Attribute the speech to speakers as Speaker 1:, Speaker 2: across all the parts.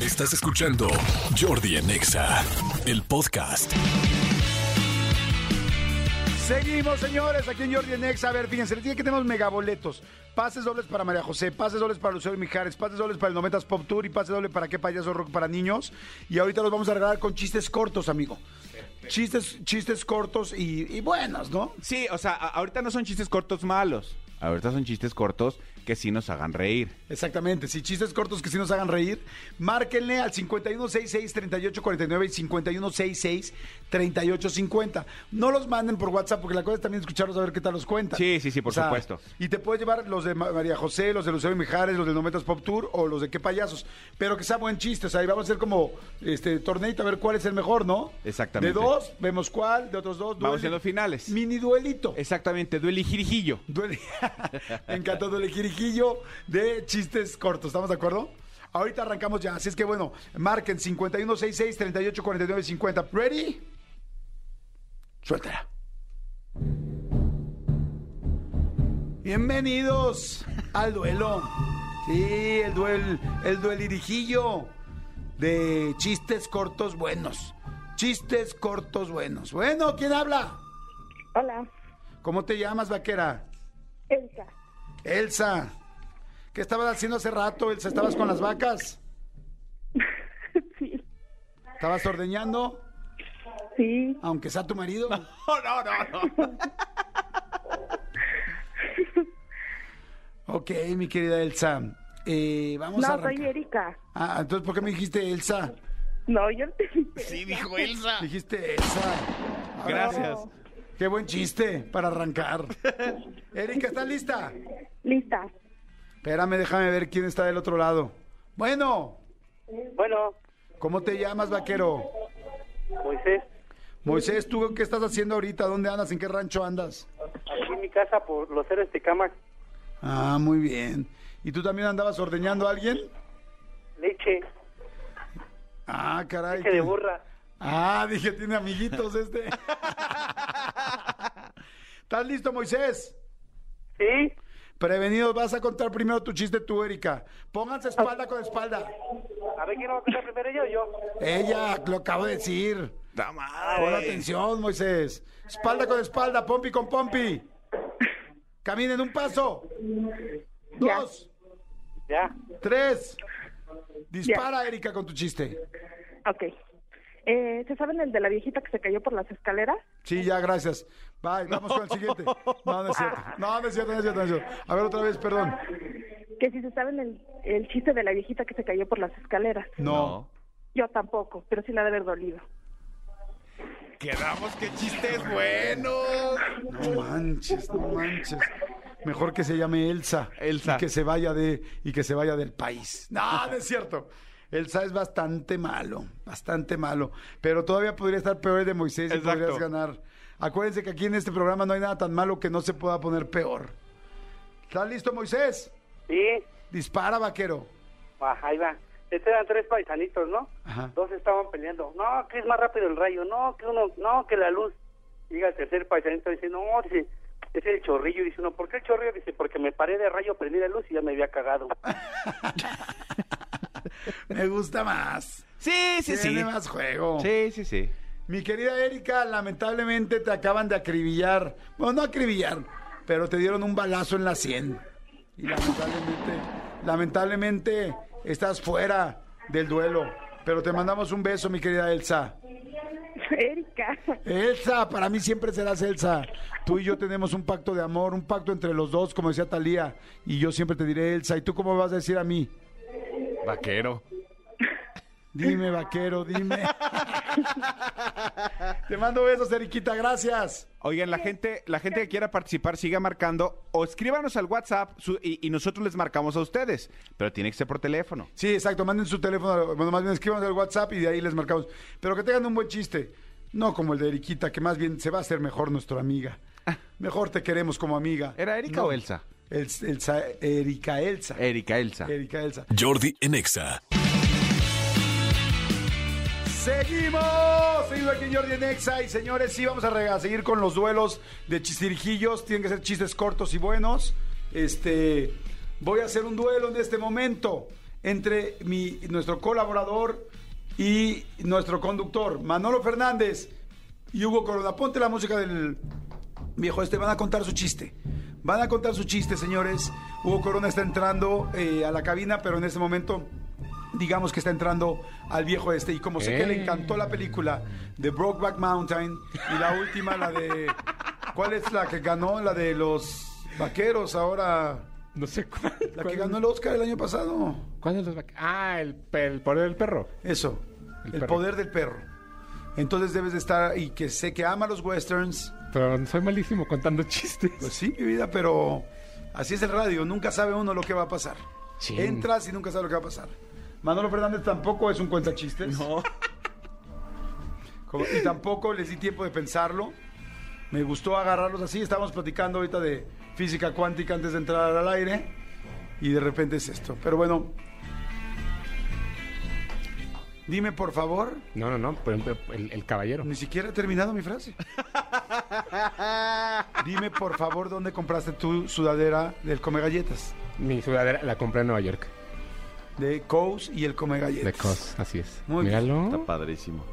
Speaker 1: Estás escuchando Jordi en Exa, el podcast.
Speaker 2: Seguimos, señores, aquí en Jordi en Exa. A ver, fíjense, les dije que tenemos megaboletos. Pases dobles para María José, pases dobles para Lucero Mijares, pases dobles para el 90s Pop Tour y pases dobles para qué payaso rock para niños. Y ahorita los vamos a regalar con chistes cortos, amigo. Chistes, chistes cortos y, y buenos, ¿no?
Speaker 3: Sí, o sea, a- ahorita no son chistes cortos malos. Ahorita son chistes cortos que sí nos hagan reír.
Speaker 2: Exactamente, sí, chistes cortos que sí nos hagan reír. Márquenle al 5166-3849 y 5166-3850. No los manden por WhatsApp porque la cosa es también escucharlos a ver qué tal los cuentan.
Speaker 3: Sí, sí, sí, por supuesto.
Speaker 2: Y te puedes llevar los de Ma- María José, los de Lucero Mijares, los de Nometas Pop Tour o los de Qué Payasos. Pero que sea buen chiste, o sea, y vamos a hacer como este torneito a ver cuál es el mejor, ¿no?
Speaker 3: Exactamente.
Speaker 2: De dos, vemos cuál, de otros dos.
Speaker 3: Vamos
Speaker 2: duele-
Speaker 3: haciendo finales.
Speaker 2: Mini duelito.
Speaker 3: Exactamente, duele y jirijillo.
Speaker 2: Duele. Me encantó Duele Jirijillo de chistes cortos. ¿Estamos de acuerdo? Ahorita arrancamos ya. Así es que bueno, marquen 5166-3849-50. ¿Ready? Suéltala. Bienvenidos al duelo. Sí, el duel, el duelirijillo de chistes cortos buenos. Chistes cortos buenos. Bueno, ¿quién habla?
Speaker 4: Hola,
Speaker 2: ¿Cómo te llamas, vaquera?
Speaker 4: Elsa.
Speaker 2: Elsa, ¿qué estabas haciendo hace rato, Elsa? ¿Estabas con las vacas?
Speaker 4: Sí,
Speaker 2: ¿Estabas ordeñando?
Speaker 4: sí,
Speaker 2: Aunque sea tu marido.
Speaker 3: No, no, no, no.
Speaker 2: Ok, mi querida Elsa. eh, vamos a
Speaker 4: no,
Speaker 2: arrancar.
Speaker 4: soy Erika.
Speaker 2: Ah, entonces, ¿por qué me dijiste Elsa?
Speaker 4: No, yo no te dije.
Speaker 2: Dijiste Elsa. Ah,
Speaker 3: Gracias.
Speaker 2: Qué buen chiste para arrancar. Erika, ¿estás lista?
Speaker 4: Lista.
Speaker 2: Espérame, déjame ver quién está del otro lado. Bueno,
Speaker 5: Bueno, pues
Speaker 2: ¿cómo te llamas, vaquero?
Speaker 5: Moisés,
Speaker 2: Moisés, ¿tú qué estás haciendo ahorita? ¿Dónde andas? ¿En qué rancho andas?
Speaker 5: aquí en mi casa por los héroes de cama,
Speaker 2: Ah, muy bien. ¿Y tú también andabas ordeñando a alguien?
Speaker 5: leche,
Speaker 2: Ah, caray.
Speaker 5: leche de burra.
Speaker 2: Ah, dije, tiene amiguitos este. ¿Estás listo, Moisés?
Speaker 5: ¿Sí?
Speaker 2: Prevenidos, vas a contar primero tu chiste tú, Erika. Pónganse espalda con espalda.
Speaker 5: A ver, ¿quién va a contar primero, yo o yo?
Speaker 2: Ella, lo acabo de decir.
Speaker 3: ¡Ta
Speaker 2: Pon
Speaker 3: madre!
Speaker 2: atención, Moisés. Espalda con espalda, pompi con pompi. Caminen un paso.
Speaker 4: Ya.
Speaker 2: Dos,
Speaker 5: Ya.
Speaker 2: tres. Dispara, Erika, con tu chiste.
Speaker 4: Ok. Eh, ¿Se saben el de la viejita que se cayó por las escaleras?
Speaker 2: Sí, ya, gracias. Bye, vamos con el siguiente. No, no es cierto. No, no es cierto, no es cierto, no es cierto. A ver, otra vez, perdón.
Speaker 4: Que si se saben el, el chiste de la viejita que se cayó por las escaleras.
Speaker 2: No.
Speaker 4: Yo tampoco, pero sí la ha de haber dolido.
Speaker 3: Quedamos que chistes buenos.
Speaker 2: No manches, no manches. Mejor que se llame Elsa.
Speaker 3: Elsa.
Speaker 2: Y que se vaya de, y que se vaya del país. No, no es cierto. Elsa es bastante malo, bastante malo. Pero todavía podría estar peor el de Moisés y
Speaker 3: Exacto.
Speaker 2: podrías ganar. Acuérdense que aquí en este programa no hay nada tan malo que no se pueda poner peor. ¿Estás listo, Moisés?
Speaker 5: ¿Sí?
Speaker 2: Dispara, vaquero.
Speaker 5: Ah, ahí va. Estos eran tres paisanitos, ¿no?
Speaker 2: Ajá.
Speaker 5: Dos estaban peleando. No, que es más rápido el rayo. No, que uno, no, que la luz. Llega el tercer paisanito y dice, no, dice, es el chorrillo. Dice uno, ¿por qué el chorrillo? Dice, porque me paré de rayo, prendí la luz y ya me había cagado.
Speaker 2: Me gusta más.
Speaker 3: Sí, sí, sí.
Speaker 2: Tiene más juego.
Speaker 3: Sí, sí, sí.
Speaker 2: Mi querida Erika, lamentablemente te acaban de acribillar. Bueno, no acribillar, pero te dieron un balazo en la sien. Y lamentablemente, lamentablemente estás fuera del duelo. Pero te mandamos un beso, mi querida Elsa.
Speaker 4: Erika.
Speaker 2: Elsa, para mí siempre serás Elsa. Tú y yo tenemos un pacto de amor, un pacto entre los dos, como decía Talía. Y yo siempre te diré Elsa. ¿Y tú cómo vas a decir a mí?
Speaker 3: Vaquero.
Speaker 2: Dime, vaquero, dime. te mando besos, Eriquita, gracias.
Speaker 3: Oigan, la gente, la gente que quiera participar, siga marcando o escríbanos al WhatsApp su- y, y nosotros les marcamos a ustedes. Pero tiene que ser por teléfono.
Speaker 2: Sí, exacto, manden su teléfono, bueno, más bien escriban al WhatsApp y de ahí les marcamos. Pero que tengan un buen chiste, no como el de Eriquita, que más bien se va a hacer mejor nuestra amiga. Mejor te queremos como amiga.
Speaker 3: ¿Era Erika
Speaker 2: No,
Speaker 3: o Elsa?
Speaker 2: El- Elsa- Erika Elsa.
Speaker 3: Erika Elsa.
Speaker 2: Erika Elsa.
Speaker 1: Jordi en Exa.
Speaker 2: Seguimos, seguimos aquí en Jordi en Exa y señores, sí vamos a, re- a seguir con los duelos de chistirijillos, tienen que ser chistes cortos y buenos. Este, voy a hacer un duelo en este momento entre mi, nuestro colaborador y nuestro conductor, Manolo Fernández y Hugo Corona. Ponte la música del viejo este, van a contar su chiste. Van a contar su chiste, señores. Hugo Corona está entrando eh, a la cabina, pero en este momento digamos que está entrando al viejo este. Y como sé que
Speaker 6: Eh.
Speaker 2: le encantó la película de Brokeback Mountain y la última, la de... ¿Cuál es la que ganó? La de los vaqueros ahora.
Speaker 6: No sé cuál.
Speaker 2: La que
Speaker 6: cuál-
Speaker 2: ganó el Oscar el año pasado.
Speaker 6: ¿Cuál de los vac- Ah, el, pe- el poder del perro.
Speaker 2: Eso.
Speaker 6: El
Speaker 2: El,
Speaker 6: perro.
Speaker 2: poder del perro. Entonces debes de estar, y que sé que ama los westerns,
Speaker 6: Pero soy malísimo contando chistes.
Speaker 2: Pues sí, mi vida, pero así es el radio, nunca sabe uno lo que va a pasar.
Speaker 6: Sí.
Speaker 2: Entras y nunca sabe lo que va a pasar. Manolo Fernández tampoco es un cuentachistes. No. Y tampoco les di tiempo de pensarlo. Me gustó agarrarlos así. Estábamos platicando ahorita de física cuántica antes de entrar al aire. Y de repente es esto. Pero bueno. Dime por favor.
Speaker 6: No, no, no, pero- pero el, el caballero.
Speaker 2: Ni siquiera he terminado mi frase. Dime por favor dónde compraste tu sudadera del Come Galletas.
Speaker 6: Mi sudadera la compré en Nueva York.
Speaker 2: De Coase y el Come Galletas.
Speaker 6: De Cos, así es.
Speaker 2: Muy bien.
Speaker 6: Míralo.
Speaker 3: Está padrísimo.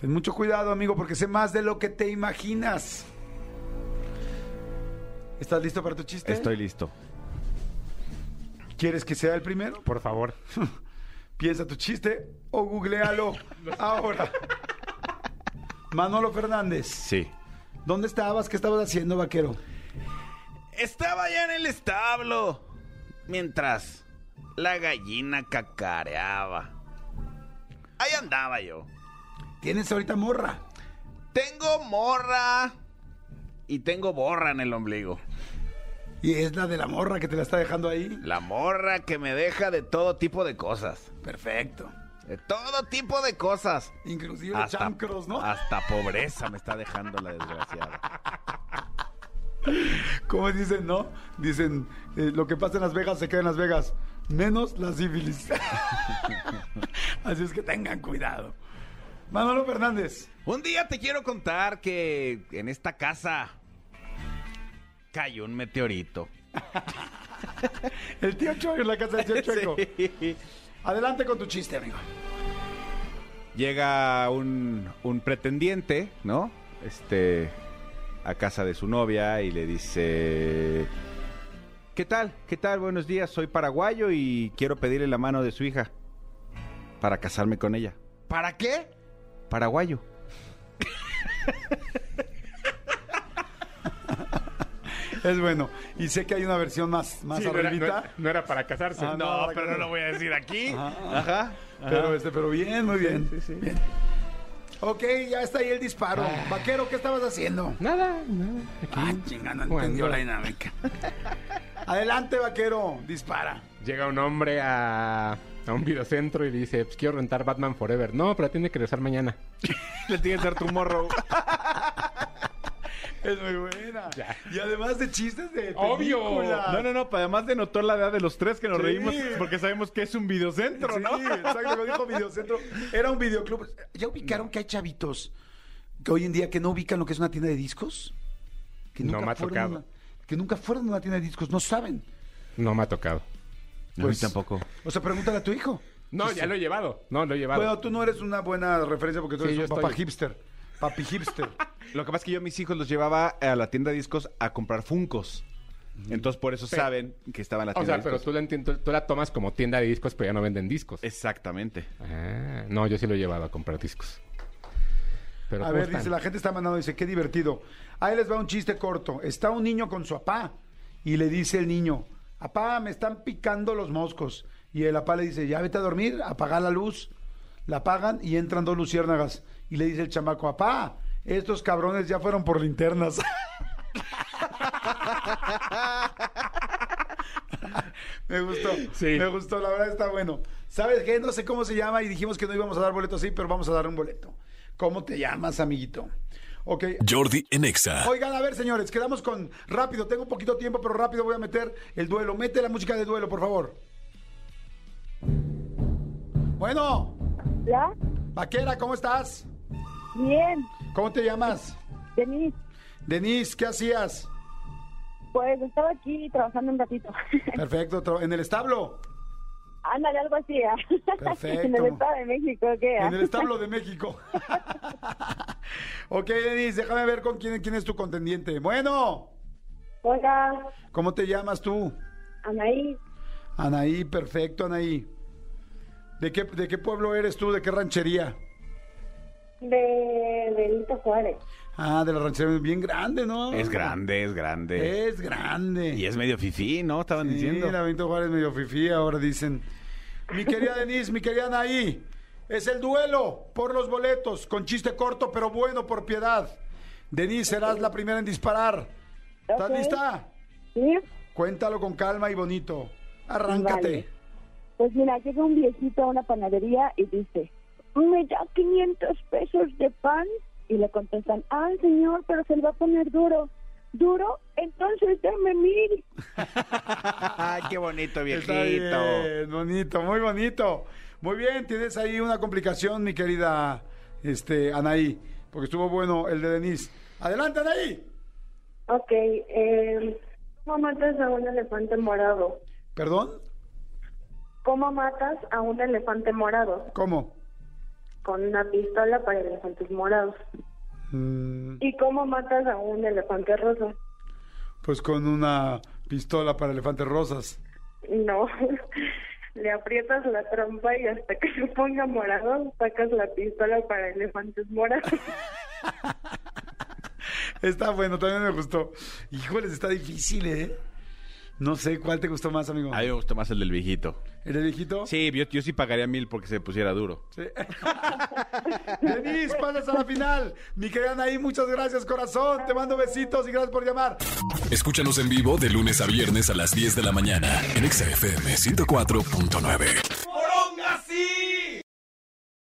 Speaker 2: Ten mucho cuidado, amigo, porque sé más de lo que te imaginas. ¿Estás listo para tu chiste?
Speaker 3: Estoy listo.
Speaker 2: ¿Quieres que sea el primero?
Speaker 6: Por favor.
Speaker 2: Piensa tu chiste o googlealo ahora. Manolo Fernández,
Speaker 3: Sí.
Speaker 2: ¿dónde estabas? ¿Qué estabas haciendo, vaquero?
Speaker 7: Estaba ya en el establo mientras la gallina cacareaba. Ahí andaba yo.
Speaker 2: Tienes ahorita morra.
Speaker 7: Tengo morra y tengo borra en el ombligo.
Speaker 2: Y es la de la morra que te la está dejando ahí.
Speaker 7: La morra que me deja de todo tipo de cosas.
Speaker 2: Perfecto.
Speaker 7: De todo tipo de cosas.
Speaker 2: Inclusive
Speaker 7: Hasta-
Speaker 2: chancros, ¿no?
Speaker 7: Hasta pobreza me está dejando la desgraciada.
Speaker 2: ¿Cómo dicen, no? Dicen, eh, lo que pasa en Las Vegas se queda en Las Vegas, menos la sífilis. Así es que tengan cuidado. Manolo Fernández,
Speaker 7: Un día te quiero contar que en esta casa cayó un meteorito.
Speaker 2: el tío Chueco en la casa del tío Chueco.
Speaker 7: Sí.
Speaker 2: Adelante con tu chiste, amigo.
Speaker 3: Llega un, un pretendiente, ¿no? Este. a casa de su novia y le dice. ¿Qué tal? ¿Qué tal? Buenos días, soy paraguayo y quiero pedirle la mano de su hija para casarme con ella.
Speaker 7: ¿Para qué?
Speaker 3: Paraguayo.
Speaker 2: Es bueno. Y sé que hay una versión más, más
Speaker 6: Sí, no, era, no
Speaker 2: arribita,
Speaker 6: era- no era para casarse.
Speaker 2: Ah, no,
Speaker 6: no,
Speaker 2: para
Speaker 6: pero
Speaker 2: casarse.
Speaker 6: no lo voy a decir aquí.
Speaker 3: Ajá.
Speaker 2: pero, este, pero bien, muy bien. Bien. Ok, ya está ahí el disparo.
Speaker 7: Ah.
Speaker 2: Vaquero, ¿qué estabas haciendo?
Speaker 6: Nada, nada. aquí.
Speaker 2: Ah, chinga, no
Speaker 6: Bueno.
Speaker 2: entendió la dinámica. Adelante, vaquero, dispara.
Speaker 6: Llega un hombre a, a un videocentro y le dice, pues quiero rentar Batman Forever. No, pero tiene que regresar mañana.
Speaker 3: Le tiene que dar tu morro.
Speaker 2: Es muy buena.
Speaker 6: Ya.
Speaker 2: Y además de chistes de
Speaker 6: Obvio.
Speaker 2: película.
Speaker 3: No, no, no, pa- además denotó la edad de los tres que nos
Speaker 2: Sí.
Speaker 3: reímos porque sabemos que es un videocentro,
Speaker 2: Sí,
Speaker 3: ¿no?
Speaker 2: exacto, como dijo Videocentro. Era un videoclub. ¿Ya ubicaron que hay chavitos que hoy en día que no ubican lo que es una tienda de discos? Que
Speaker 6: No me ha
Speaker 2: fueron
Speaker 6: tocado.
Speaker 2: una- que nunca fueron a una tienda de discos, no saben.
Speaker 6: No me ha tocado.
Speaker 2: Pues- O sea, pregúntale a tu hijo.
Speaker 6: No, ya lo he llevado. No, lo he llevado.
Speaker 2: Bueno, tú no eres una buena referencia porque tú
Speaker 6: Sí,
Speaker 2: eres
Speaker 6: yo
Speaker 2: un papá
Speaker 6: estoy-
Speaker 2: hipster. Papi hipster.
Speaker 3: Lo que pasa es que yo a mis hijos los llevaba a la tienda de discos a comprar funcos. Entonces por eso
Speaker 6: Pero-
Speaker 3: saben que estaba en la
Speaker 6: o
Speaker 3: tienda
Speaker 6: sea,
Speaker 3: de
Speaker 6: pero
Speaker 3: discos.
Speaker 6: tú la, entiendo- tú la tomas como tienda de discos, pero ya no venden discos.
Speaker 3: Exactamente.
Speaker 6: Ah, no, yo sí lo he llevado a comprar discos. Pero
Speaker 2: A
Speaker 6: ¿cómo
Speaker 2: ver,
Speaker 6: están?
Speaker 2: dice, la gente está mandando, dice, qué divertido. Ahí les va un chiste corto. Está un niño con su papá y le dice el niño, papá, me están picando los moscos. Y el papá le dice, ya vete a dormir, apaga la luz. La apagan y entran dos luciérnagas. Y le dice el chamaco, papá, estos cabrones ya fueron por linternas. Me gustó,
Speaker 6: Sí.
Speaker 2: me gustó, la verdad está bueno. ¿Sabes qué? No sé cómo se llama y dijimos que no íbamos a dar boleto sí, pero vamos a dar un boleto. ¿Cómo te llamas, amiguito? Ok.
Speaker 1: Jordi en Exa.
Speaker 2: Oigan, a ver, señores, quedamos con rápido. Tengo poquito tiempo, pero rápido voy a meter el duelo. Mete la música de duelo, por favor. Bueno,
Speaker 4: ¿Ya?
Speaker 2: vaquera, ¿cómo estás?
Speaker 4: Bien.
Speaker 2: ¿Cómo te llamas?
Speaker 4: Denise,
Speaker 2: Denise, ¿qué hacías?
Speaker 4: pues estaba aquí trabajando un ratito.
Speaker 2: Perfecto, tra- en el establo.
Speaker 8: Ándale, algo así. ¿ah?
Speaker 2: Perfecto.
Speaker 8: En el Estado de México, ¿qué? ah?
Speaker 2: En el establo de México. ok, Denise, déjame ver con quién, quién es tu contendiente. Bueno,
Speaker 8: Hola,
Speaker 2: ¿cómo te llamas tú?
Speaker 8: Anaí,
Speaker 2: Anaí, perfecto, Anaí. ¿De qué, de qué pueblo eres tú? ¿De qué ranchería?
Speaker 8: de Benito Juárez.
Speaker 2: Ah, de la ranchería bien grande, ¿no?
Speaker 7: Es grande, es
Speaker 6: Eh,
Speaker 7: grande.
Speaker 2: Es grande.
Speaker 7: Y es medio fifí, ¿no? Estaban
Speaker 2: Sí,
Speaker 7: diciendo.
Speaker 2: la Benito Juárez medio fifí, ahora dicen. Mi querida Denise, mi querida Anaí, es el duelo por los boletos, con chiste corto pero bueno por piedad. Denise, serás la primera en disparar. ¿Estás
Speaker 8: Ok.
Speaker 2: lista?
Speaker 8: ¿Sí?
Speaker 2: Cuéntalo con calma y bonito. Arráncate.
Speaker 8: Vale. Pues mira, llega un viejito a una panadería y dice, ¿me da 500 pesos de pan? Y le contestan, ay señor, pero se le va a poner duro. ¿Duro? Entonces dame mil.
Speaker 7: Ay, qué bonito,
Speaker 2: Está
Speaker 7: viejito.
Speaker 2: bien, bonito, muy bonito. Muy bien, tienes ahí una complicación, mi querida este, Anaí, porque estuvo bueno el de Denise. Adelante, Anaí.
Speaker 9: Ok,
Speaker 8: em,
Speaker 9: eh, ¿cómo matas a un elefante morado?
Speaker 2: ¿Perdón?
Speaker 9: ¿Cómo matas a un elefante morado?
Speaker 2: ¿Cómo?
Speaker 9: Con una pistola para elefantes morados.
Speaker 2: Mm,
Speaker 9: ¿Y cómo matas a un elefante rosa?
Speaker 2: pues con una pistola para elefantes rosas.
Speaker 9: No, le aprietas la trompa y hasta que se ponga morado, sacas la pistola para elefantes morados.
Speaker 2: Está bueno, también me gustó. Híjoles, está difícil, ¿eh? No sé, ¿cuál te gustó más, amigo?
Speaker 7: A mí me gustó más el del viejito.
Speaker 2: ¿El del viejito?
Speaker 7: Sí, yo, yo sí pagaría mil porque se pusiera duro.
Speaker 2: Sí. Denise, pasas a la final. Mi querida Anaí, muchas gracias, corazón. Te mando besitos y gracias por llamar.
Speaker 1: Escúchanos en vivo de lunes a viernes a las 10 de la mañana en Exa FM 104.9.